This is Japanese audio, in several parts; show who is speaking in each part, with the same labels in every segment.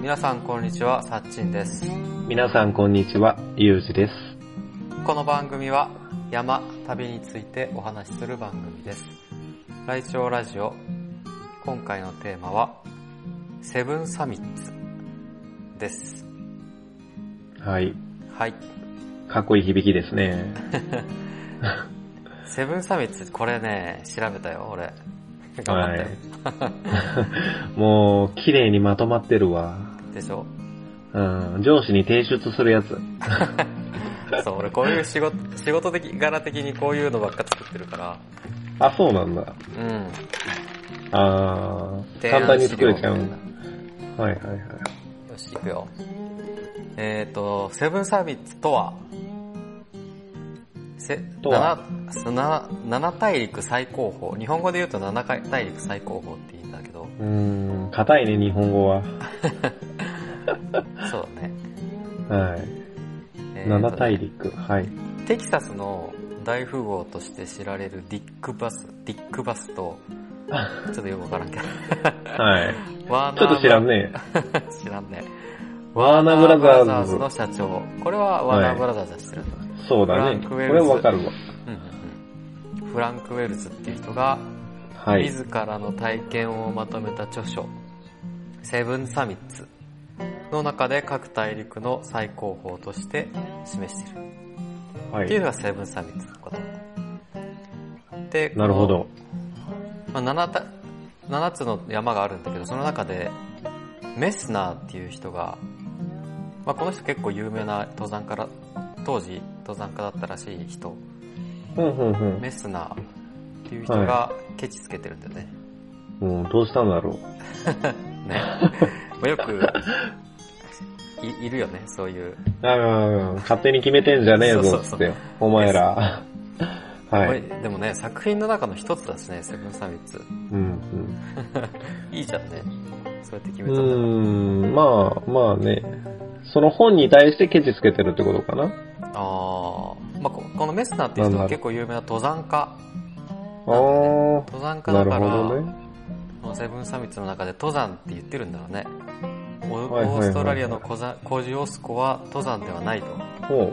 Speaker 1: 皆さんこんにちは、さっちんです。
Speaker 2: 皆さんこんにちは、ゆうじです。
Speaker 1: この番組は山、旅についてお話しする番組です。ライチョウラジオ、今回のテーマは、セブンサミッツです。
Speaker 2: はい。
Speaker 1: はい。
Speaker 2: かっこいい響きですね。
Speaker 1: セブンサミッツ、これね、調べたよ、俺。頑張
Speaker 2: は
Speaker 1: ったよ。
Speaker 2: い。もう、綺麗にまとまってるわ。
Speaker 1: でしょ
Speaker 2: うん、上司に提出するやつ。
Speaker 1: そう、俺こういう仕事、仕事的、柄的にこういうのばっか作ってるから、
Speaker 2: あ、そうなんだ。
Speaker 1: うん。
Speaker 2: あー、
Speaker 1: 提案
Speaker 2: 簡単に作れちゃう
Speaker 1: 資料み
Speaker 2: ん
Speaker 1: た
Speaker 2: だ
Speaker 1: い。
Speaker 2: はいはい
Speaker 1: な
Speaker 2: はい。
Speaker 1: よし、行くよ。えっ、ー、と、セブンサミッツとは、せ
Speaker 2: とは
Speaker 1: 七七七大陸最高峰。日本語で言うと七回大陸最高峰って言うんだけど、
Speaker 2: うーん、硬いね、日本語は。
Speaker 1: そうだね。
Speaker 2: はい。
Speaker 1: えーと
Speaker 2: 七大陸。はい。
Speaker 1: テキサスの大富豪として知られるディック・バス、ディック・バスと、ちょっとよくわから んけど、
Speaker 2: はい。
Speaker 1: ワーナー
Speaker 2: ちょっと知らんね。
Speaker 1: 知らんね。
Speaker 2: ワーナーブラザーズ
Speaker 1: ワーナーブラザーズの社長。これはワーナーブラザーズは知ってるんだ、
Speaker 2: そうだね。
Speaker 1: フラン
Speaker 2: こ
Speaker 1: クウェルズ
Speaker 2: れわかるわ。
Speaker 1: うんうんうん。フランク・ウェルズっていう人が、
Speaker 2: はい。
Speaker 1: 自らの体験をまとめた著書、セブンサミッツの中で各大陸の最高峰として示している。
Speaker 2: は
Speaker 1: っていう
Speaker 2: い。
Speaker 1: のがセブンサミッツのこと。で、
Speaker 2: なるほど。
Speaker 1: この。まあ、7, た7つの山があるんだけど、その中で、メスナーっていう人が、まあ、この人結構有名な登山家ら、当時登山家だったらしい人、
Speaker 2: ふんふんふん。
Speaker 1: メスナーっていう人がケチつけてるんだよね。
Speaker 2: もう、どうしたんだろう。
Speaker 1: ね。まあよくい、いるよね、そういう。
Speaker 2: ああ、勝手に決めてんじゃねえ
Speaker 1: そ
Speaker 2: ぞ
Speaker 1: うそ
Speaker 2: っ
Speaker 1: うそ
Speaker 2: て、お前ら。はい。
Speaker 1: まあでもね、作品の中の一つだしね、セブンサミッツ。
Speaker 2: うん、
Speaker 1: いいじゃんね。そうやって決
Speaker 2: う
Speaker 1: めたんだか
Speaker 2: ん。うーん、まあ、まあね。その本に対してケチつけてるってことかな。
Speaker 1: ら。あーまあここのメスナーっていう人は結構有名な登山家。
Speaker 2: ああ
Speaker 1: 登山家
Speaker 2: ー、な
Speaker 1: だ
Speaker 2: る
Speaker 1: から、
Speaker 2: ほどね。
Speaker 1: このセブンサミッツの中で登山って言ってるんだろうね。オ
Speaker 2: はいはいはい
Speaker 1: オーストラリアのコザコジオスコは登山ではないと
Speaker 2: ほ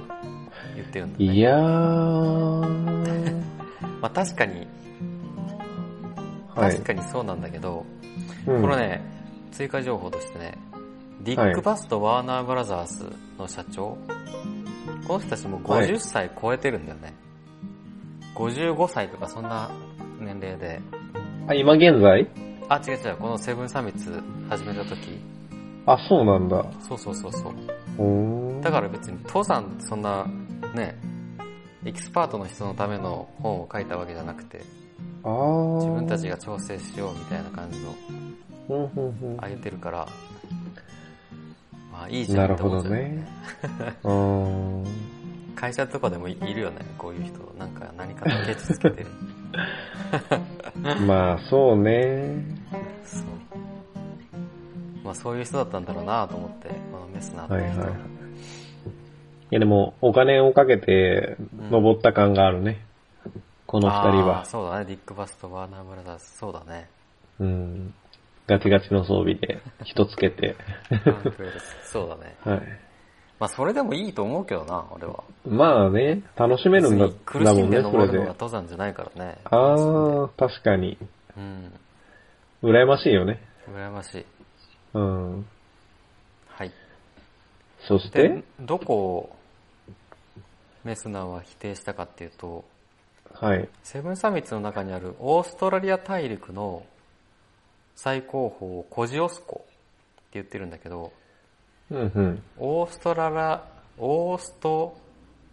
Speaker 1: 言ってるんだ
Speaker 2: う。
Speaker 1: ね。
Speaker 2: いやー。
Speaker 1: まあ確かに、
Speaker 2: は
Speaker 1: 確
Speaker 2: い。
Speaker 1: かにそうなんだけど、
Speaker 2: うん
Speaker 1: これね、追加情報としてね、ディック・バスとワーナー・ブラザースの社長、この人たちもう
Speaker 2: はい
Speaker 1: 50歳超えてるんだよね。55歳とかそんな年齢で、
Speaker 2: あ、今現在
Speaker 1: あ、違う違う、このセブンサミッツ始めた時、
Speaker 2: あ、そうなんだ。
Speaker 1: そうそうそうそう。
Speaker 2: ほー
Speaker 1: だから別に父さんそんな、ね、エキスパートの人のための本を書いたわけじゃなくて、
Speaker 2: あー。
Speaker 1: 自分たちが調整しようみたいな感じの
Speaker 2: うんうん
Speaker 1: あげてるから、まあいい
Speaker 2: うん。
Speaker 1: じゃ
Speaker 2: なんる
Speaker 1: って
Speaker 2: ほ
Speaker 1: 思
Speaker 2: ど
Speaker 1: っちゃうよ
Speaker 2: ね。うーん。
Speaker 1: 会社とかでもいるよねこういう人なんか何かのケチつけ てる
Speaker 2: まあ、そうね。
Speaker 1: そうまあそういう人だったんだろうなと思ってこのメスナーって
Speaker 2: はい
Speaker 1: いう
Speaker 2: はい
Speaker 1: 人、
Speaker 2: はい。いやでも、お金をかけて
Speaker 1: うん
Speaker 2: 登った感があるね。この二人
Speaker 1: あー
Speaker 2: は。
Speaker 1: そうだねディック・バスとワーナー・ブラザーズそうだね
Speaker 2: うん。ガチガチの装備で、人つけて。
Speaker 1: フランクウェルスそうだね
Speaker 2: はい。
Speaker 1: まあそれでもいいと思うけどな俺は
Speaker 2: まあね、楽しめるんだ
Speaker 1: 別に苦
Speaker 2: だ
Speaker 1: し
Speaker 2: も
Speaker 1: ん
Speaker 2: ん
Speaker 1: で
Speaker 2: ね、それ
Speaker 1: 登るのが
Speaker 2: で。
Speaker 1: 登山じゃないからね
Speaker 2: あー、確かに。
Speaker 1: うん
Speaker 2: 羨ましいよね。
Speaker 1: 羨ましい
Speaker 2: うん。
Speaker 1: はい
Speaker 2: そし
Speaker 1: で
Speaker 2: て、
Speaker 1: どこをメスナーは否定したかっていうと
Speaker 2: はい。
Speaker 1: セブンサミッツの中にあるオーストラリア大陸の最高峰コジオスコって言ってるんだけど、
Speaker 2: うんうん。
Speaker 1: オーストララ、オースト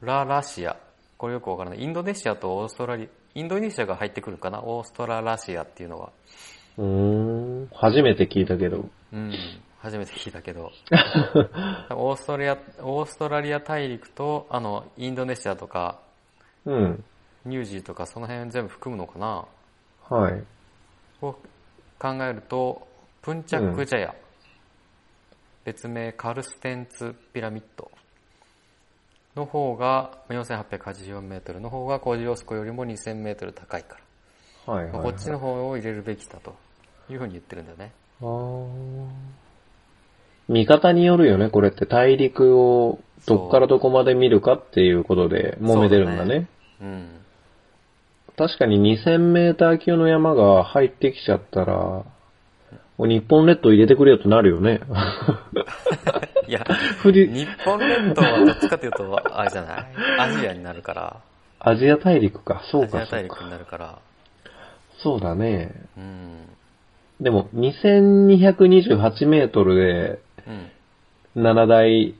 Speaker 1: ララシア。これよくわからない。インドネシアとオーストラリア、インドネシアが入ってくるかなオーストララシアっていうのは。
Speaker 2: うーん。初めて聞いたけど。
Speaker 1: うん。初めて聞いたけ ど。オーストラリア、オーストラリア大陸と、あの、インドネシアとか、
Speaker 2: うん。
Speaker 1: ニュージーとかその辺全部含むのかな
Speaker 2: はい。
Speaker 1: を考えると、プンチャックジャヤ、別名カルステンツピラミッドの方が、4884メートルの方が、工事要素よりも2000メートル高いから。
Speaker 2: はいはい、
Speaker 1: まあ
Speaker 2: はい。
Speaker 1: こっちの方を入れるべきだというふうに言ってるんだよね。
Speaker 2: あー見方によるよね、これって大陸をどっからどこまで見るかっていうことで揉めてるんだ
Speaker 1: そうだ
Speaker 2: ね。
Speaker 1: うん。
Speaker 2: 確かに2000メーター級の山が入ってきちゃったら、もう日本列島入れてくれよってなるよね。
Speaker 1: い や、
Speaker 2: 富士、
Speaker 1: 日本列島はどっちかというと、あれじゃないアジアになるから、
Speaker 2: アジア大陸か、そ
Speaker 1: ア
Speaker 2: う
Speaker 1: ジ
Speaker 2: か
Speaker 1: ア
Speaker 2: そ
Speaker 1: 大
Speaker 2: う
Speaker 1: 陸に
Speaker 2: か。
Speaker 1: なるから、
Speaker 2: そうだね。
Speaker 1: うん。
Speaker 2: でも、2228メートル
Speaker 1: うん。
Speaker 2: で、7大、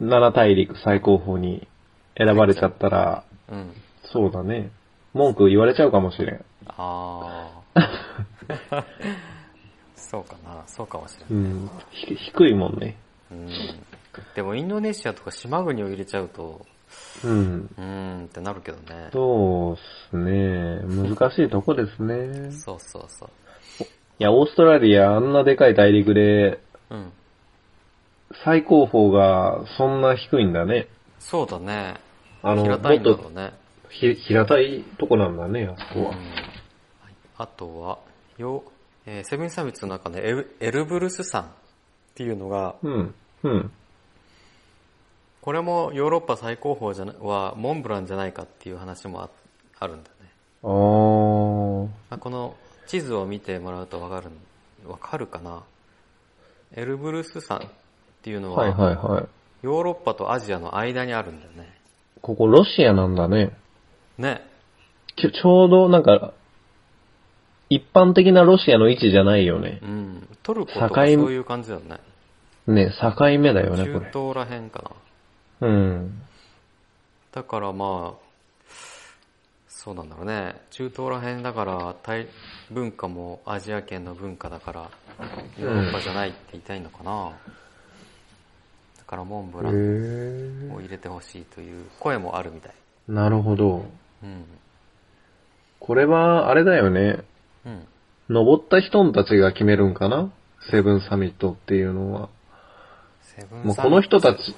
Speaker 2: 7大陸最高峰に選ばれちゃったら、
Speaker 1: うん。
Speaker 2: そうだね。文句言われちゃうかもしれん。
Speaker 1: ああ。 そうかな、そうかもし
Speaker 2: う
Speaker 1: れない。
Speaker 2: ん。ひ低いもんね。
Speaker 1: うん。でもインドネシアとか島国を入れちゃうと、
Speaker 2: うん。
Speaker 1: うーんってなるけどね。
Speaker 2: そうっすね。難しいとこですね。
Speaker 1: そうそうそう。
Speaker 2: いや、オーストラリアあんなでかい大陸で、
Speaker 1: うん。
Speaker 2: 最高峰がそんな低いんだね。
Speaker 1: そうだね。
Speaker 2: あの、
Speaker 1: 平
Speaker 2: も
Speaker 1: たい
Speaker 2: っ
Speaker 1: んだろ
Speaker 2: と
Speaker 1: うね。
Speaker 2: ひ平たいとこなんだね、あそこ
Speaker 1: う
Speaker 2: は
Speaker 1: ん。はいあとは、よ、えーセブンサミッツの中のエルエルブルス山っていうのが、
Speaker 2: うん。うん。
Speaker 1: これもヨーロッパ最高峰じゃなはモンブランじゃないかっていう話もああるんだよね。
Speaker 2: あー。
Speaker 1: まあこの地図を見てもらうとわかるん、わかるかなエルブルス山っていうの
Speaker 2: はい
Speaker 1: は、
Speaker 2: はいはい。
Speaker 1: ヨーロッパとアジアの間にあるんだよね。
Speaker 2: ここロシアなんだね。
Speaker 1: ね。
Speaker 2: ちょ、ちょうどなんか、一般的なロシアの位置じゃないよね
Speaker 1: う。ん。トルコとかそう
Speaker 2: 境目
Speaker 1: いう感じだよね。
Speaker 2: ね、境目だよね、こ
Speaker 1: 中
Speaker 2: れ。
Speaker 1: 東ら辺かな。
Speaker 2: うん。
Speaker 1: だからまあ、そうなんだろうね。中東ら辺だから、大文化もアジア圏の文化だから、ヨーロッパじゃないって言いたいのかな。だからモンブラン
Speaker 2: へ
Speaker 1: を入れてほしいという声もあるみたい。
Speaker 2: え。なるほど。
Speaker 1: うん。
Speaker 2: これは、あれだよね。
Speaker 1: うん。
Speaker 2: 登った人たちが決めるんかなセブンサミットっていうのは。
Speaker 1: セブ
Speaker 2: も
Speaker 1: ン
Speaker 2: う
Speaker 1: サ
Speaker 2: こ
Speaker 1: ミ
Speaker 2: の
Speaker 1: ッツ。
Speaker 2: 人たち、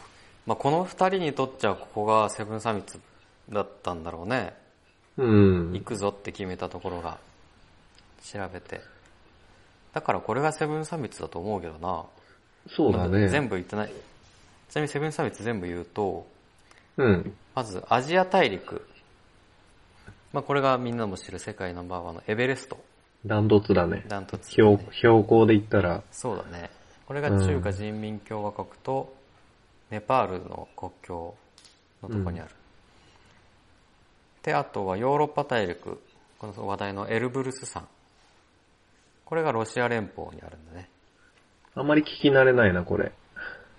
Speaker 1: まあこの二人にとっちゃここがセブンサミッツだったんだろうね。
Speaker 2: うん
Speaker 1: 行。くぞって決めたところが、調べて。だからこれがセブンサミッツだと思うけどな。
Speaker 2: そうだね。
Speaker 1: 全部言ってない。ちなみにセブンサミッツ全部言うと、
Speaker 2: うん。
Speaker 1: まずアジア大陸。まあこれがみんなも知る世界ナンバーワンのエベレスト。
Speaker 2: ダントツだね。
Speaker 1: ダントツ、
Speaker 2: 標、標高で言ったら、
Speaker 1: そうだね。これが中華人民共和国とネパールの国境のとこにある。で、あとはヨーロッパ大陸。この話題のエルブルス山。これがロシア連邦にあるんだね。
Speaker 2: あまり聞き慣れないな、これ。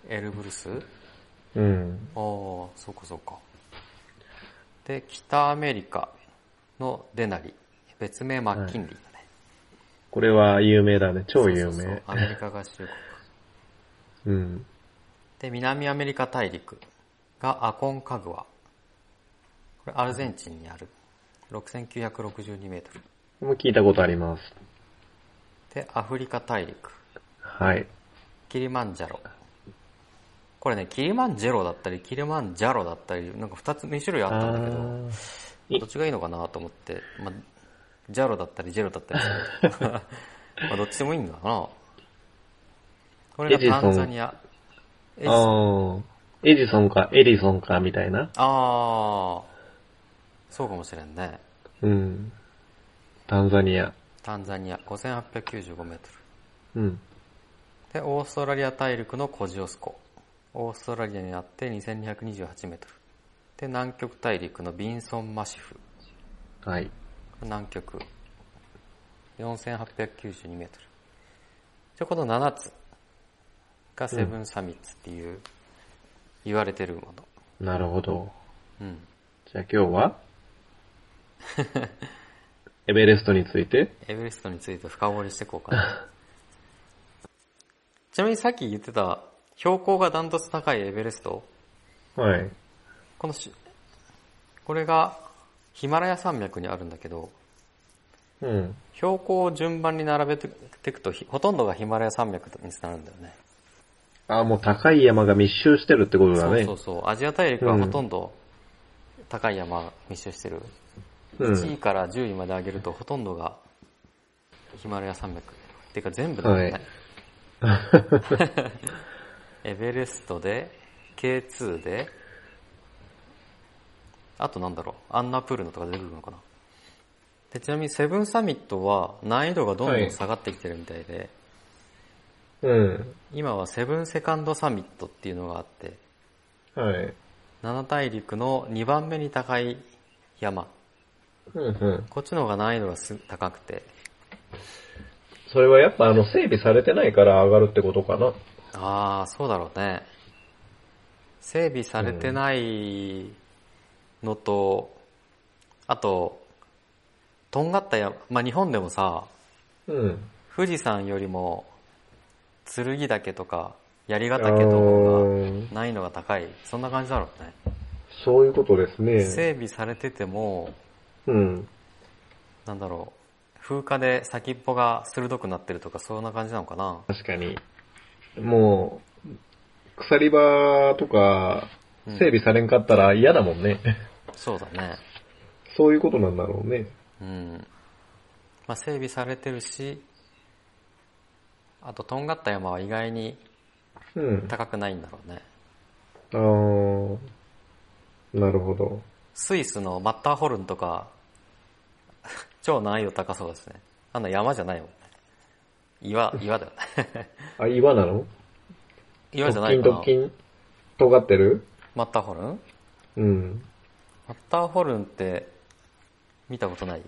Speaker 1: エルブルス
Speaker 2: うん。
Speaker 1: ああ、そうかそうか。で、北アメリカのデナリ。別名マッキンリーだね。
Speaker 2: これは有名だね。超有
Speaker 1: そうそうそ
Speaker 2: 名
Speaker 1: う。アメリカ合衆国。
Speaker 2: うん。
Speaker 1: で、南アメリカ大陸がアコンカグア。これアルゼンチンにある。6962メートル。
Speaker 2: これも聞いたことあります。
Speaker 1: で、アフリカ大陸。
Speaker 2: はい。
Speaker 1: キリマンジャロ。これね、キリマンジェロだったり、キリマンジャロだったり、なんか二つ、二種類あったんだけど、
Speaker 2: い
Speaker 1: どっちがいいのかなと思って、まあ、ジャロだったりジェロだったりするけど まあどっちでもいいんだな。これ
Speaker 2: エジソ
Speaker 1: が
Speaker 2: ン
Speaker 1: タンザニア。エジ
Speaker 2: あ
Speaker 1: ソン
Speaker 2: ーエジソンか、エリソンか、みたいな。
Speaker 1: あー。そうかもしれんね。
Speaker 2: うん。タンザニア。
Speaker 1: タンザニア、5895メート
Speaker 2: うん。
Speaker 1: ル。で、オーストラリア大陸のコジオスコ。オーストラリアにあって2228メートル。で、南極大陸のビンソンマシフ。
Speaker 2: はい。
Speaker 1: 南極4892メートル。じゃあこの7つがセブンサミッツっていう、言われてるもの。
Speaker 2: なるほど。
Speaker 1: うん。
Speaker 2: じゃあ今日は エベレストについて
Speaker 1: エベレストについて深掘りしていこうかな。ちなみにさっき言ってた標高がダントツ高いエベレスト、
Speaker 2: はい。
Speaker 1: このし、これがヒマラヤ山脈にあるんだけど、
Speaker 2: うん。
Speaker 1: 標高を順番に並べていくとひほとんどがヒマラヤ山脈になるんだよね。
Speaker 2: あ、もう高い山が密集してるってことだね。
Speaker 1: そうそうそう。アジア大陸はほとんど高い山密集してる。
Speaker 2: うん
Speaker 1: 1位から10位まで上げるとほとんどがヒマラヤ山脈。てか全部だもんね。
Speaker 2: はい
Speaker 1: エベレストで、K2 で、あとなんだろう、アンナプールのとか出てくるのかな。でちなみにセブンサミットは難易度がどんどん下がってきてるみたいで、
Speaker 2: うん。
Speaker 1: 今はセブンセカンドサミットっていうのがあって、
Speaker 2: はい。
Speaker 1: 七大陸の2番目に高い山。
Speaker 2: うんうん。
Speaker 1: こっちの方が難易度がす高くて。
Speaker 2: それはやっぱあの整備されてないから上がるってことかな。
Speaker 1: ああ、そうだろうね。整備されてないのと、あと、とんがった山、まあ、日本でもさ、
Speaker 2: うん。
Speaker 1: 富士山よりも、剣岳とか、槍ヶ
Speaker 2: あ
Speaker 1: 岳の方
Speaker 2: ー
Speaker 1: が難易度が高い。そんな感じだろうね。
Speaker 2: そういうことですね。
Speaker 1: 整備されてても、
Speaker 2: うん。
Speaker 1: なんだろう、風化で先っぽが鋭くなってるとか、そんな感じなのかな。
Speaker 2: 確かに。もう、鎖場とか
Speaker 1: うん
Speaker 2: 整備されんかったら嫌だもんね。
Speaker 1: そうだね。
Speaker 2: そういうことなんだろうね。
Speaker 1: うん。まあ、整備されてるし、あと、とんがった山は意外に
Speaker 2: うん。あ
Speaker 1: 高くないんだろうね。
Speaker 2: ーなるほど。
Speaker 1: スイスのマッターホルンとか、 超難易度高そうですね。あんな山じゃないもんね。岩、岩だよね。
Speaker 2: あ、岩なの
Speaker 1: 岩じゃないか
Speaker 2: 突
Speaker 1: な。
Speaker 2: 起突起尖ってる
Speaker 1: マッターホルン
Speaker 2: うん。
Speaker 1: マッターホルンって、見たことない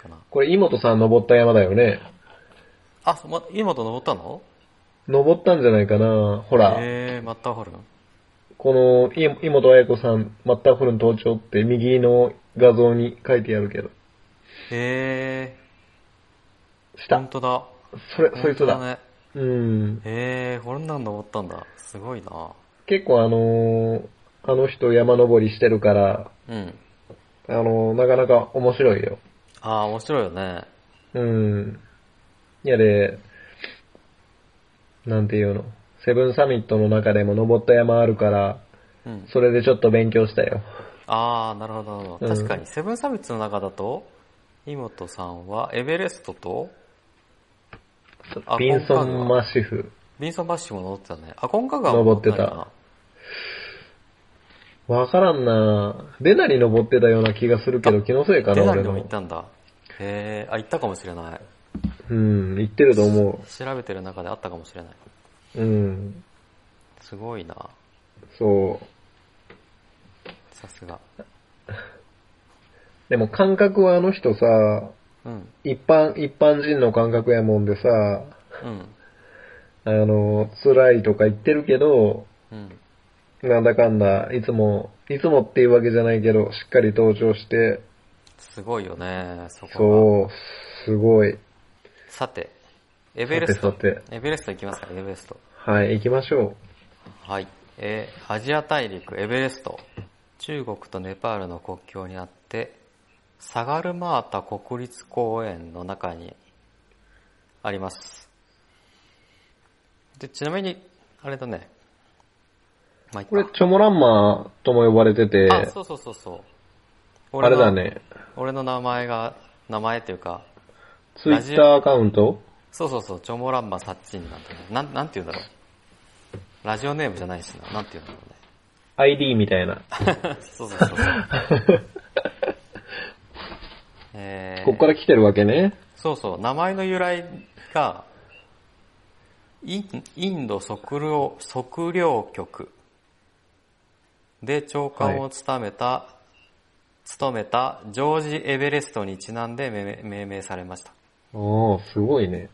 Speaker 1: かな。
Speaker 2: これ、井本さん登った山だよね。
Speaker 1: あ、ま、今と登ったの
Speaker 2: 登ったんじゃないかなほら、
Speaker 1: えー、マッターホルン。
Speaker 2: この、い井本彩子さん、マッターホルン登頂って右の画像に書いてあるけど。
Speaker 1: えー、
Speaker 2: 下
Speaker 1: 本。当だ。
Speaker 2: それ、そい
Speaker 1: 本当
Speaker 2: つだ。
Speaker 1: ね。
Speaker 2: うん。
Speaker 1: えー、こんなん登ったんだ。すごいな
Speaker 2: 結構あのーあの人山登りしてるから、
Speaker 1: うん。
Speaker 2: あのーなかなか面白いよ。
Speaker 1: ああ、面白いよね。
Speaker 2: うん。いやで、なんていうの。セブンサミットの中でも登った山あるから、
Speaker 1: うん。
Speaker 2: それでちょっと勉強したよ。
Speaker 1: ああ、なるほど、なるほど。
Speaker 2: うん
Speaker 1: 確かに、セブンサミッツの中だと、イモトさんは、エベレストと、あ
Speaker 2: ビンソ
Speaker 1: コンカ
Speaker 2: ン・
Speaker 1: グア
Speaker 2: マシフ。
Speaker 1: ビンソンバッシュも登ってたね。あ、コンカガーもいよな
Speaker 2: 登っわからんなデナリ登ってたような気がするけど、気のせいかな、
Speaker 1: デナ
Speaker 2: 俺
Speaker 1: リでも行っ
Speaker 2: の。
Speaker 1: たんだ。へえ、あ、行ったかもしれない。
Speaker 2: うん、行ってると思
Speaker 1: 調べてる中であったかもしれない。
Speaker 2: う。うん、
Speaker 1: すごいな
Speaker 2: そう。
Speaker 1: さすが。
Speaker 2: でも感覚はあの人さ、
Speaker 1: うん。
Speaker 2: 一般、一般人の感覚やもんでさ、
Speaker 1: うん。
Speaker 2: あの、辛いとか言ってるけど、
Speaker 1: うん。
Speaker 2: なんだかんだ、いつも、いつもっていうわけじゃないけど、しっかり登場して、
Speaker 1: すごいよねそこ
Speaker 2: そう、すごい。
Speaker 1: が。さて、エベレス
Speaker 2: さ
Speaker 1: ト。
Speaker 2: てさて
Speaker 1: エベレスト行きますか、エベレスト。
Speaker 2: はい、行きましょ
Speaker 1: はい。えーアジア大陸エベレスト。中国とネパールの国境にあって、サガルマータ国立公園の中にあります。で、ちなみに、あれだね。まあ、いっ
Speaker 2: う。これ、
Speaker 1: か
Speaker 2: チョモランマーとも呼ばれてて、
Speaker 1: あ、そうそうそうそう。
Speaker 2: あれ
Speaker 1: の
Speaker 2: だ。ね、
Speaker 1: 俺の名前が、名前というか、
Speaker 2: ツイ
Speaker 1: ラジオ
Speaker 2: ッターアカウント
Speaker 1: そうそうそう、チョモランマサッチンなんだね。なん、なんて言うんだろう。ラジオネームじゃないしな。なんて言うんだろうね。
Speaker 2: ?ID みたいな。
Speaker 1: そうそう そうそう。えー、
Speaker 2: こっから来てるわけね。
Speaker 1: そうそう、名前の由来が、インインド測量測量局で長官を務めた、務めたジョージ・エベレストにちなんで命命名されました。
Speaker 2: おー、すごいね。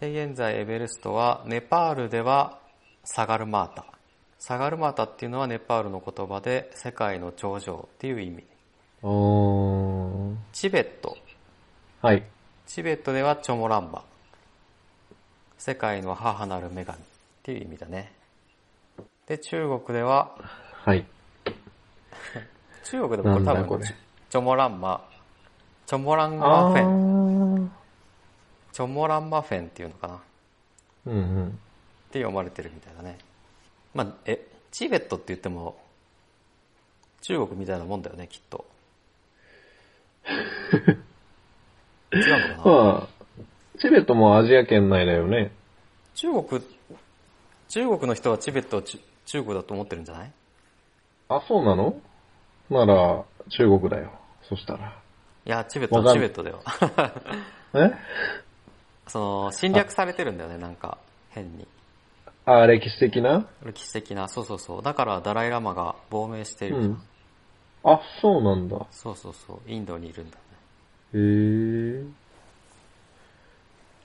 Speaker 1: で現在エベレストはネパールではサガルマータ。サガルマータっていうのはネパールの言葉で世界の頂上っていう意味。
Speaker 2: おー、
Speaker 1: チベット
Speaker 2: はい。
Speaker 1: チベットではチョモランマ。世界の母なる女神っていう意味だね。で、中国では、
Speaker 2: はい。
Speaker 1: 中国でもこれ
Speaker 2: な
Speaker 1: 多
Speaker 2: んだ
Speaker 1: 分
Speaker 2: これ
Speaker 1: チョモランマ、チョモランマ
Speaker 2: あ
Speaker 1: フ
Speaker 2: ー。
Speaker 1: ェン、
Speaker 2: うん
Speaker 1: チョモランマフェンっていうのかなっ
Speaker 2: うん。
Speaker 1: て読まれてるみたいだね。まあ、え、チーベットって言っても、中国みたいなもんだよね、きっと。 違うのかな
Speaker 2: まあ、チベットもアジア圏内だよね。
Speaker 1: 中国、中国の人はチベットをち中国だと思ってるんじゃない
Speaker 2: あ、そうなのなら、中国だよ。そしたら。
Speaker 1: いや、チベット
Speaker 2: わか
Speaker 1: は
Speaker 2: ん
Speaker 1: チベットだよ。
Speaker 2: え
Speaker 1: その、侵略されてるんだよね、なんか、変に。
Speaker 2: あ、歴史的な
Speaker 1: 歴史的な、そうそうそう。だからダライラマが亡命して
Speaker 2: う
Speaker 1: いるじゃん。
Speaker 2: ん。あ、そうなんだ。へ
Speaker 1: そうそうそう。インドにいるんだね。
Speaker 2: え。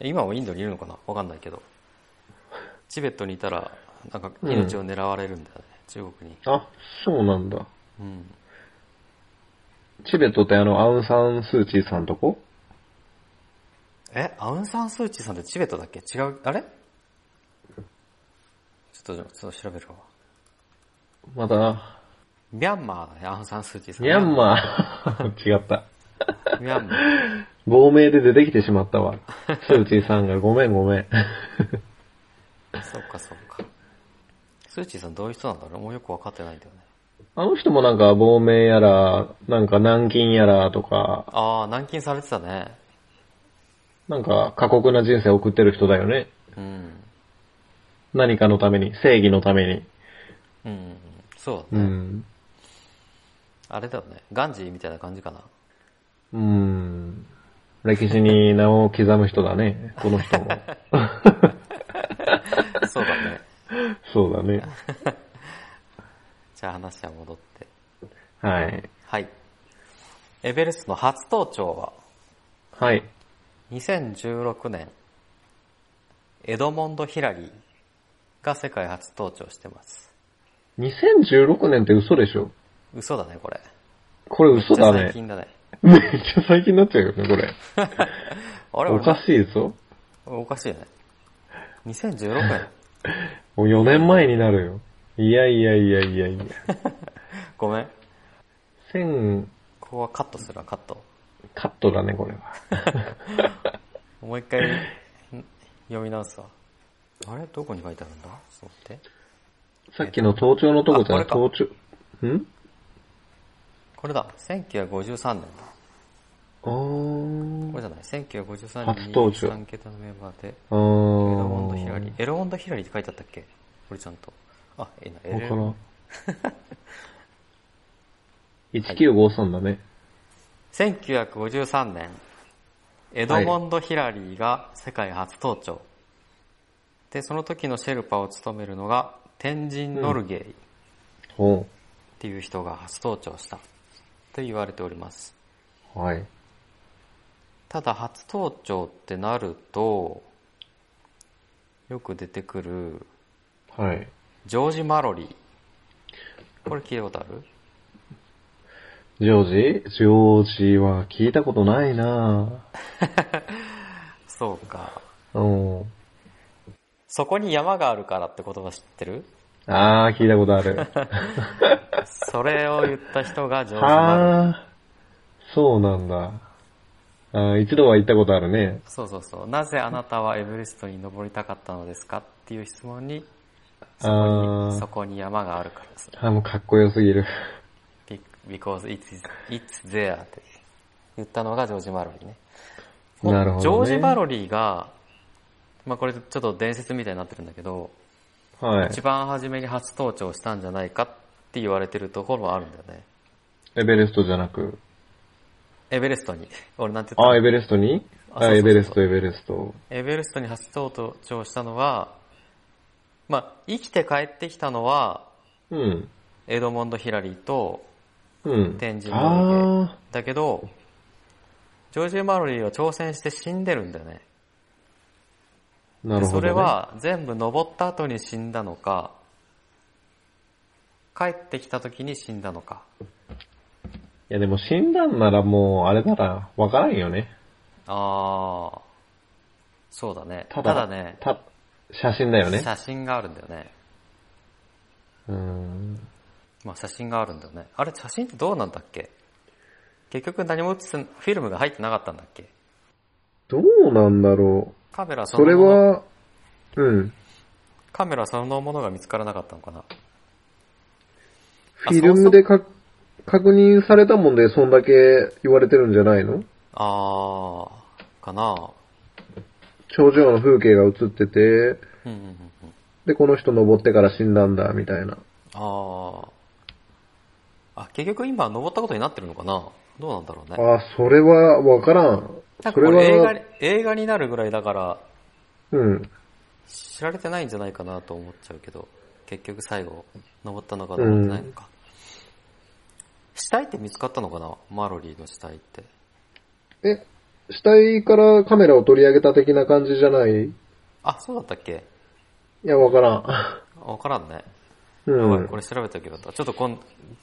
Speaker 1: え今もインドにいるのかなわかんないけど。チベットにいたら、なんか命を狙われるんだよね、中国に。
Speaker 2: あ、そうなんだ。
Speaker 1: うん。
Speaker 2: チベットってあの、アウンサンスーチーさんとこ
Speaker 1: え、アウンサン・スー・チーさんってチベットだっけ違う、あれちょっと、ちょっと調べるわ。
Speaker 2: まだ、
Speaker 1: ミャンマーだね、アウンサン・スー・チーさん。
Speaker 2: ミャンマー。 違った。
Speaker 1: ー。ミャンマー。
Speaker 2: 亡命で出てきてしまったわ。スーチーさんがごめんごめん。
Speaker 1: そうか、そうか。スー・チーさんどういう人なんだろうもうよくわかってないんだよね。
Speaker 2: あの人もなんか亡命やら、なんか軟禁やらとか、
Speaker 1: あー、軟禁されてたね。
Speaker 2: なんか過酷な人生を送ってる人だよね。
Speaker 1: うん。
Speaker 2: 何かのために、正義のために。
Speaker 1: うん。そうだ
Speaker 2: う
Speaker 1: ね。
Speaker 2: ん。
Speaker 1: あれだよね。ガンジーみたいな感じかな。
Speaker 2: うん。歴史に名を刻む人だね。この人 も。
Speaker 1: そうだ ね。
Speaker 2: そうだね。
Speaker 1: じゃあ話は戻って。
Speaker 2: はい。
Speaker 1: はい。エベレストの初登頂は、
Speaker 2: はい。
Speaker 1: 2016年、エドモンド・ヒラリーが世界初登頂してます。
Speaker 2: 2016年って嘘でしょ
Speaker 1: 嘘だね、これ。
Speaker 2: これ嘘
Speaker 1: じゃ
Speaker 2: だ
Speaker 1: あ最
Speaker 2: ね。
Speaker 1: 近だね。
Speaker 2: めっちゃ最近になっちゃうよね、これ。
Speaker 1: あれ
Speaker 2: おかしいぞ。
Speaker 1: 俺おかしいよね。2016年。
Speaker 2: もう4年前になるよ。いやいやいやいやいや。
Speaker 1: ごめん。
Speaker 2: 1000、
Speaker 1: ここはカットするわ、カット。
Speaker 2: カットだね、これは。
Speaker 1: もう一 回、ん読み直すわ。あれどこに書いてあるんだちょっと待って。
Speaker 2: さっきの盗聴のとこじゃ
Speaker 1: あ
Speaker 2: ない、
Speaker 1: これ
Speaker 2: 盗聴。ん
Speaker 1: これだ。1953年だ。
Speaker 2: あ
Speaker 1: こ
Speaker 2: ー
Speaker 1: れじゃない ?1953
Speaker 2: 初
Speaker 1: 年に
Speaker 2: 登場
Speaker 1: 3桁のメンバーで、エ
Speaker 2: あ
Speaker 1: ロ
Speaker 2: ー。
Speaker 1: モンド・ヒラリー。エロモンド・ヒラリーって書いてあったっけこれちゃんと。あ、えいな、エ
Speaker 2: わか
Speaker 1: ロ
Speaker 2: ら ん。1953だね。
Speaker 1: 1953年、エドモンド・ヒラリーが世界初登頂。で、その時のシェルパを務めるのが、天神ノルゲイっ
Speaker 2: お
Speaker 1: ていう人が初登頂した。と言われております。
Speaker 2: うはい。
Speaker 1: ただ、初登頂ってなると、よく出てくる、
Speaker 2: はい。
Speaker 1: ジョージ・マロリー。これ聞いたことある
Speaker 2: ジョージジョージは聞いたことないな
Speaker 1: そうか。
Speaker 2: ぁ。うん。
Speaker 1: そこに山があるからって言葉知ってる
Speaker 2: あー、聞いたこと ある。
Speaker 1: それを言った人がジョージ・マロリー。
Speaker 2: はー、そうなんだ。あー一度は行ったことあるね。
Speaker 1: そうそうそう。なぜあなたはエベレストに登りたかったのですかっていう質問に、そこに
Speaker 2: あー
Speaker 1: そこに山があるからです。
Speaker 2: あー、もうかっこよすぎる。
Speaker 1: Be- because it's, is- it's there って言ったのがジョージ・マロリーね。
Speaker 2: なるほどね
Speaker 1: ジョージ・マロリーが、まあこれちょっと伝説みたいになってるんだけど、
Speaker 2: はい
Speaker 1: 一。番初めに初登頂したんじゃないかって言われてるところもあるんだよね。
Speaker 2: エベレストじゃなく。
Speaker 1: エベレストに。 俺なんて言
Speaker 2: あ
Speaker 1: っ
Speaker 2: ー、エベレストに
Speaker 1: あそうそう
Speaker 2: あ、
Speaker 1: そう
Speaker 2: エベレスト、エベレスト。
Speaker 1: たエベレストに初登頂したのは、まあ、生きて帰ってきたのは、
Speaker 2: うん。
Speaker 1: エドモンド・ヒラリーと、
Speaker 2: うん。
Speaker 1: 天神の
Speaker 2: あ
Speaker 1: だけど、ジョージ・マロリーは挑戦して死んでるんだよね。
Speaker 2: ー、な
Speaker 1: で
Speaker 2: るほ
Speaker 1: そ
Speaker 2: ど、ね。
Speaker 1: れ、は全部登った後に死んだのか、帰ってきた時に死んだのか。
Speaker 2: いやでも死んだんならもう、あれなら、わからんよね。
Speaker 1: あー、そうだね。た
Speaker 2: た
Speaker 1: だ
Speaker 2: だ
Speaker 1: ね、
Speaker 2: た、写真だよね。
Speaker 1: 写真があるんだよね。
Speaker 2: うーん。
Speaker 1: まあ写真があるんだよね。あれ写真ってどうなんだっけ結局何も写す、フィルムが入ってなかったんだっけ
Speaker 2: どうなんだろ
Speaker 1: カメラ
Speaker 2: う。
Speaker 1: そ
Speaker 2: そ
Speaker 1: の
Speaker 2: れ
Speaker 1: もの
Speaker 2: は、うん。
Speaker 1: カメラそのものが見つからなかったのかな。あ
Speaker 2: フィルムでか確認されたもんで、そんだけ言われてるんじゃないの
Speaker 1: あー、かな
Speaker 2: 頂上の風景が映って
Speaker 1: うん
Speaker 2: て、
Speaker 1: うんうんうん。
Speaker 2: で、この人登ってから死んだんだ、みたいな。
Speaker 1: あー。あ、結局今登ったことになってるのかなどうなんだろうね。
Speaker 2: あ、それはわからん。
Speaker 1: なんか
Speaker 2: そ
Speaker 1: これ
Speaker 2: れ
Speaker 1: 映画
Speaker 2: は
Speaker 1: に、映画になるぐらいだから、
Speaker 2: うん。
Speaker 1: 知られてないんじゃないかなと思っちゃうけど、結局最後、登ったのか登ってないのか。死体って見つかったのかなマロリーの死体って。
Speaker 2: え、死体からカメラを取り上げた的な感じじゃないい
Speaker 1: あ、そうだったっけ
Speaker 2: や、わから
Speaker 1: わからんね。
Speaker 2: ん。う
Speaker 1: やばい
Speaker 2: ん
Speaker 1: こ。れ調べとけばよかった。ちょっと今、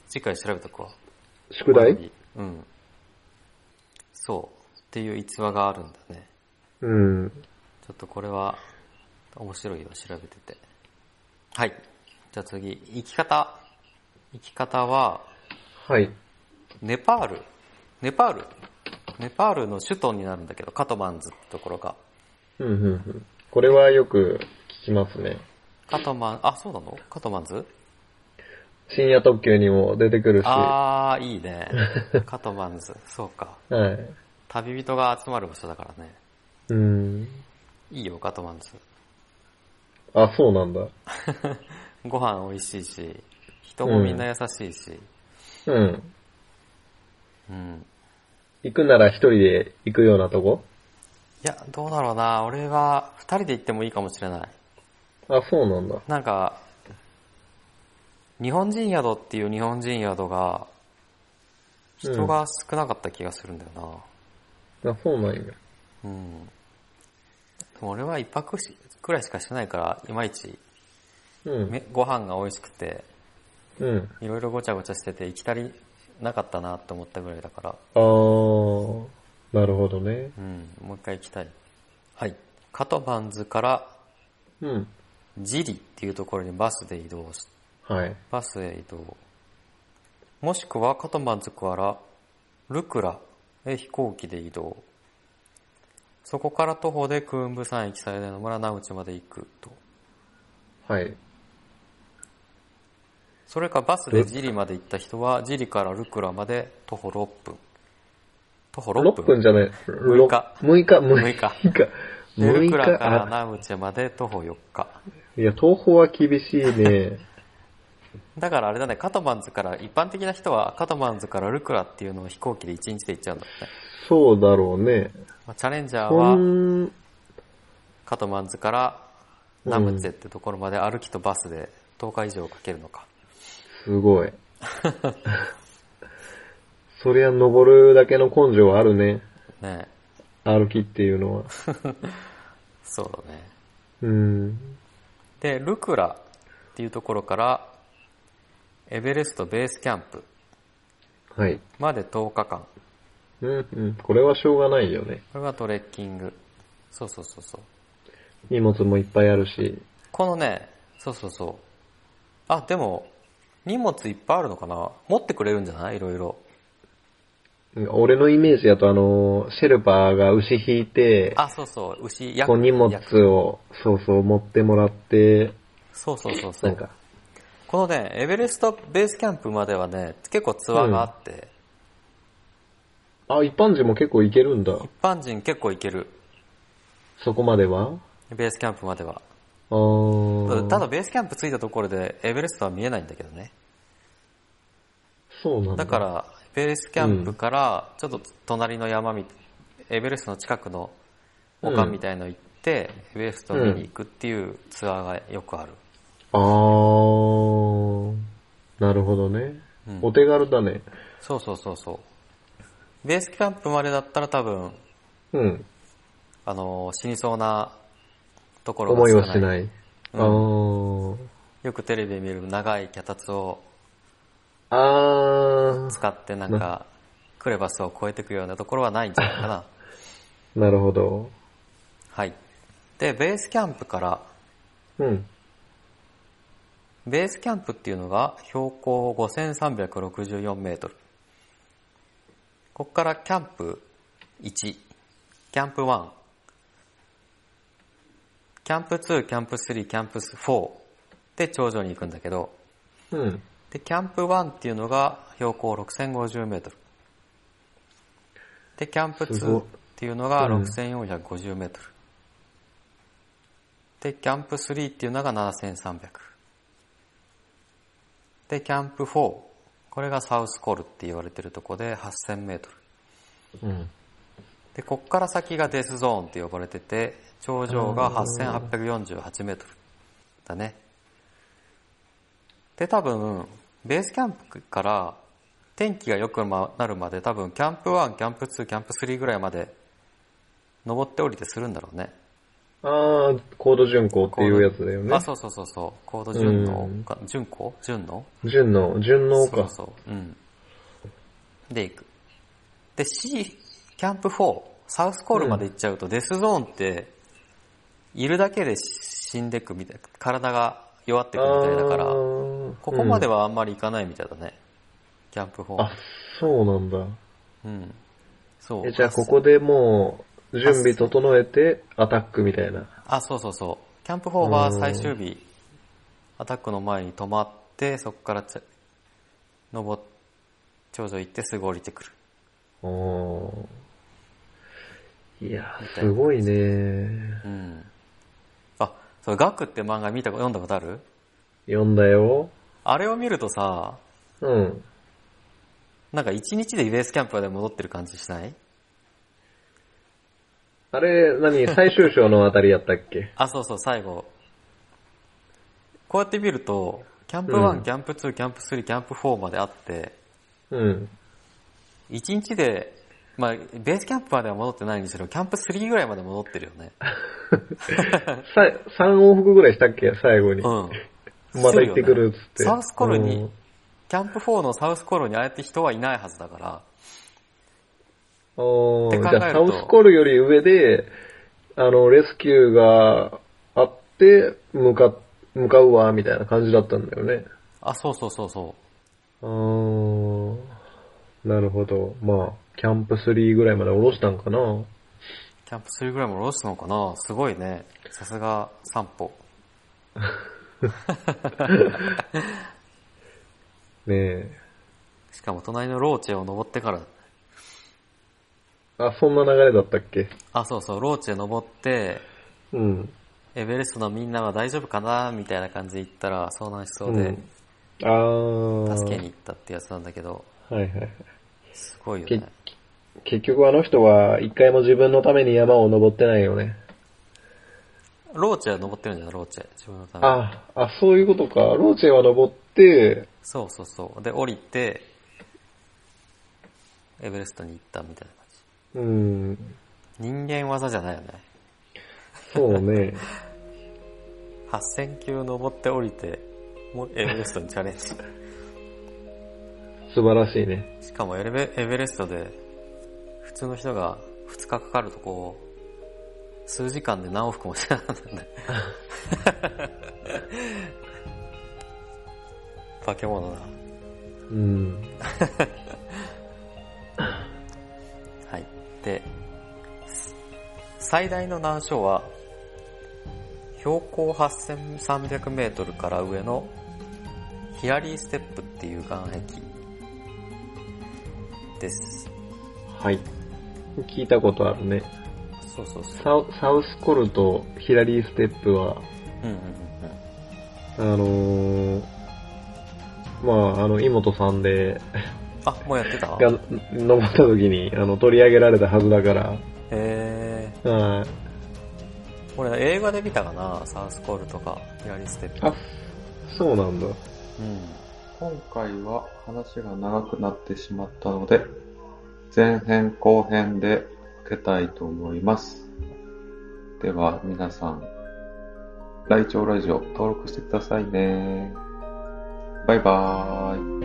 Speaker 1: 次回調べとくわ。
Speaker 2: 宿題
Speaker 1: うん。そう。っていう逸話があるんだね。
Speaker 2: うん。
Speaker 1: ちょっとこれは、面白いわ、調べてて。はい。じゃあ次、生き方。生き方は、
Speaker 2: はい。
Speaker 1: ネパール。ネパール。ネパールの首都になるんだけど、カトマンズってところが。
Speaker 2: うん、うん、うん。これはよく聞きますね。
Speaker 1: カトマン、あ、そうなのカトマンズ
Speaker 2: 深夜特急にも出てくるし。は
Speaker 1: あー、いい ね。カトマンズ。そうか。
Speaker 2: い。
Speaker 1: 旅人が集まる場所だからね。
Speaker 2: うん。
Speaker 1: いいよ、カトマンズ。
Speaker 2: あ、そうなんだ。
Speaker 1: ご飯美味しいし、人もみんな優しいし。
Speaker 2: うん。
Speaker 1: うん
Speaker 2: 行くなら一人で行くようなとこ
Speaker 1: いや、どうだろうな。俺は、二人で行ってもいいかもしれない。
Speaker 2: あ、そうなんだ。
Speaker 1: なんか、日本人宿っていう日本人宿が、人が少なかった気がするんだよ
Speaker 2: あ、そうなんや。
Speaker 1: な。うん。でも俺は一泊しくらいしかしてないから、いまいち、
Speaker 2: うん。
Speaker 1: めご飯が美味しくて、
Speaker 2: うん。
Speaker 1: いろいろごちゃごちゃしてて、行きたりなかったなって思ったぐらいだから、
Speaker 2: あー、なるほどね。
Speaker 1: うん、もう一回行きたい。はい。カトマンズから
Speaker 2: うん。
Speaker 1: ジリっていうところにバスで移動して、
Speaker 2: はい。
Speaker 1: バスへ移動。もしくはカトマンズからルクラへ飛行機で移動。そこから徒歩でクーンブ山駅最大の村ナウチまで行くと。
Speaker 2: はい。
Speaker 1: それかバスでジリまで行った人はジリからルクラまで徒歩6分。徒歩6
Speaker 2: 6分
Speaker 1: 分
Speaker 2: じゃない。
Speaker 1: 6日
Speaker 2: 6日、6
Speaker 1: ?6 日。
Speaker 2: 日。
Speaker 1: でル
Speaker 2: 6
Speaker 1: クラ
Speaker 2: 日。
Speaker 1: から
Speaker 2: あ、
Speaker 1: ナウチまで徒歩4日。
Speaker 2: いや、東方は厳しいね。
Speaker 1: だからあれだね、カトマンズから、一般的な人はカトマンズからルクラっていうのを飛行機で1日で行っちゃうんだって。
Speaker 2: そうだろうね。
Speaker 1: まあチャレンジャー
Speaker 2: こ
Speaker 1: は、
Speaker 2: ん、
Speaker 1: カトマンズからナムツェってところまで歩きとバスで10日以上かけるのか。
Speaker 2: すごい。そりゃ登るだけの根性はあるね。
Speaker 1: ねえ
Speaker 2: 歩きっていうのは。
Speaker 1: そうだね。
Speaker 2: うん。
Speaker 1: で、ルクラっていうところから、エベレストベースキャンプ
Speaker 2: はい。
Speaker 1: まで10日間。
Speaker 2: うん、うん。これはしょうがないよね。
Speaker 1: これがトレッキング。そうそうそうそう。
Speaker 2: 荷物もいっぱいあるし。
Speaker 1: このね、そうそうそう。あ、でも、荷物いっぱいあるのかな持ってくれるんじゃないいろいろ。
Speaker 2: 俺のイメージだとあの、シェルパーが牛引いて、
Speaker 1: あ、そうそう、牛、ヤ
Speaker 2: こう荷物
Speaker 1: ヤ
Speaker 2: を、そうそう、持ってもらって、
Speaker 1: そうそうそうそ
Speaker 2: なん
Speaker 1: う。
Speaker 2: か、
Speaker 1: このね、エベレストベースキャンプまではね、結構ツアーがあって、
Speaker 2: あ、一般人も結構行けるんだ。
Speaker 1: 一般人結構行ける。
Speaker 2: そこまでは
Speaker 1: ベースキャンプまでは。
Speaker 2: あー
Speaker 1: ただベースキャンプ着いたところでエベレストは見えないんだけどね。
Speaker 2: そうなんだ。
Speaker 1: だから、ベースキャンプからちょっと隣の山み、エベレストの近くの丘みたいの行って、エベレストを見に行くっていうツアーがよくある。
Speaker 2: あー、なるほどね。
Speaker 1: うん
Speaker 2: お手軽だね。
Speaker 1: そうそうそうそう。ベースキャンプまでだったら多分、
Speaker 2: うん。
Speaker 1: あの、死にそうなところが
Speaker 2: 思いはし
Speaker 1: い。
Speaker 2: ない。
Speaker 1: うん
Speaker 2: あー。
Speaker 1: よくテレビで見る長い脚立を
Speaker 2: あ
Speaker 1: 使ってなんか、クレバスを越えていくようなところはないんじゃないかな。
Speaker 2: ー、なるほど。
Speaker 1: はい。で、ベースキャンプから、
Speaker 2: うん。
Speaker 1: ベースキャンプっていうのが標高5364メートル。ここからキャンプ1、キャンプ1、キャンプ2、キャンプ3、キャンプ4で頂上に行くんだけど、
Speaker 2: うん。
Speaker 1: で、キャンプ1っていうのが標高6050メートル。で、キャンプ
Speaker 2: すご
Speaker 1: 2
Speaker 2: い
Speaker 1: っていうのが
Speaker 2: うん
Speaker 1: 6450メートル。で、キャンプ3っていうのが7300。で、キャンプ4。これがサウスコールって言われてるとこで8000メートル。
Speaker 2: うん。
Speaker 1: で、こっから先がデスゾーンって呼ばれてて、頂上が8848メートルだね。で、多分、ベースキャンプから天気が良くなるまで多分、キャンプ1、キャンプ2、キャンプ3ぐらいまで登って降りてするんだろうね。
Speaker 2: あー、高度巡航っていうやつだよね。
Speaker 1: あ、そうそうそうそう。高度順応か、順光順応
Speaker 2: 順の、順の
Speaker 1: そう
Speaker 2: か。
Speaker 1: そう。うん。で、行く。で、C、キャンプ4、サウスコールまで行っちゃうと、デスゾーンって、いるだけで死んでくみたいな、体が弱ってくみたいだから、
Speaker 2: あ
Speaker 1: こ
Speaker 2: ー
Speaker 1: こまで
Speaker 2: うん
Speaker 1: はあんまり行かないみたいだね。キャンプ4
Speaker 2: あ。、そうなんだ。
Speaker 1: うん。そう。
Speaker 2: え、じゃあここでもう、準備整えて、アタックみたいな。
Speaker 1: あ、そうそうそう。キャンプ4は最終日、アタックの前に止まって、そこからちゃ、登っ、頂上行ってすぐ降りてくる。
Speaker 2: おー。いやー、すごいね
Speaker 1: うん。あ、そう、ガクって漫画見た、読んだことある
Speaker 2: 読んだよ。
Speaker 1: あれを見るとさ、
Speaker 2: うん。
Speaker 1: なんか一日でベースキャンプまで戻ってる感じしない
Speaker 2: あれ、 何、最終章のあたりやったっけ
Speaker 1: あ、そうそう、最後。こうやって見ると、キャンプ1、
Speaker 2: うん
Speaker 1: キャンプ2、キャンプ3、キャンプ4まであって、
Speaker 2: うん。
Speaker 1: 一日で、まあ、ベースキャンプまでは戻ってないにしろ、キャンプ3ぐらいまで戻ってるよね。
Speaker 2: さ、3往復ぐらいしたっけ最後に。
Speaker 1: うん。
Speaker 2: また行ってくるっつって。
Speaker 1: サウスコロに
Speaker 2: うん
Speaker 1: キャンプ4のサウスコロにああやって人はいないはずだから、
Speaker 2: お
Speaker 1: って
Speaker 2: ー
Speaker 1: 考え
Speaker 2: じ
Speaker 1: ると
Speaker 2: ゃあサウスコールより上で、あの、レスキューがあって、向か、向かうわ、みたいな感じだったんだよね。
Speaker 1: あ、そうそうそうそう。
Speaker 2: あー、なるほど。まあ、キャンプ3ぐらいまで下ろしたんかな。
Speaker 1: キャンプ3ぐらいも下ろしたのかなすごいね。さすが散歩。
Speaker 2: ねえ。
Speaker 1: しかも隣のローチェを登ってから、
Speaker 2: あ、そんな流れだったっけ
Speaker 1: あ、そうそう、ローチェ登って、
Speaker 2: うん。
Speaker 1: エベレストのみんなは大丈夫かなみたいな感じで行ったら遭難しそうで、
Speaker 2: うん、あー。
Speaker 1: 助けに行ったってやつなんだけど、
Speaker 2: はいはいはい。
Speaker 1: すごいよ
Speaker 2: け
Speaker 1: ね。
Speaker 2: 結局あの人は一回も自分のために山を登ってないよね。
Speaker 1: ローチェは登ってるんじゃないローチェ。自分のために。
Speaker 2: あ、あ、そういうことか。ローチェは登って、
Speaker 1: そうそうそう。で、降りて、エベレストに行ったみたいな感じ。
Speaker 2: うん、
Speaker 1: 人間技じゃないよね。
Speaker 2: そうね。
Speaker 1: 8000級登って降りて、もうエベレストにチャレンジ。
Speaker 2: 素晴らしいね。
Speaker 1: しかもエレベエベレストで普通の人が2日かかるとこを数時間で何往復もしなかったんだ 化け物だ
Speaker 2: うん。
Speaker 1: はいで最大の難所は標高 8300m から上のヒラリーステップっていう岩壁です
Speaker 2: はい。聞いたことあるね。
Speaker 1: そうそうそう
Speaker 2: サウサウスコルとヒラリーステップは、
Speaker 1: うんうんうんうん
Speaker 2: あのー、まあ、あの、妹さんで、
Speaker 1: あもうやってた
Speaker 2: が、登った時に、あの、取り上げられたはずだから、
Speaker 1: え
Speaker 2: は
Speaker 1: ー、
Speaker 2: い。
Speaker 1: 俺映画で見たかな、サウスコールとか、ヒラリーステップ。
Speaker 2: あ、そうなんだ。
Speaker 1: うん。
Speaker 3: 今回は話が長くなってしまったので、前編後編で分けたいと思います。では皆さん、ライチョウラジオ登録してくださいね。バイバーイ。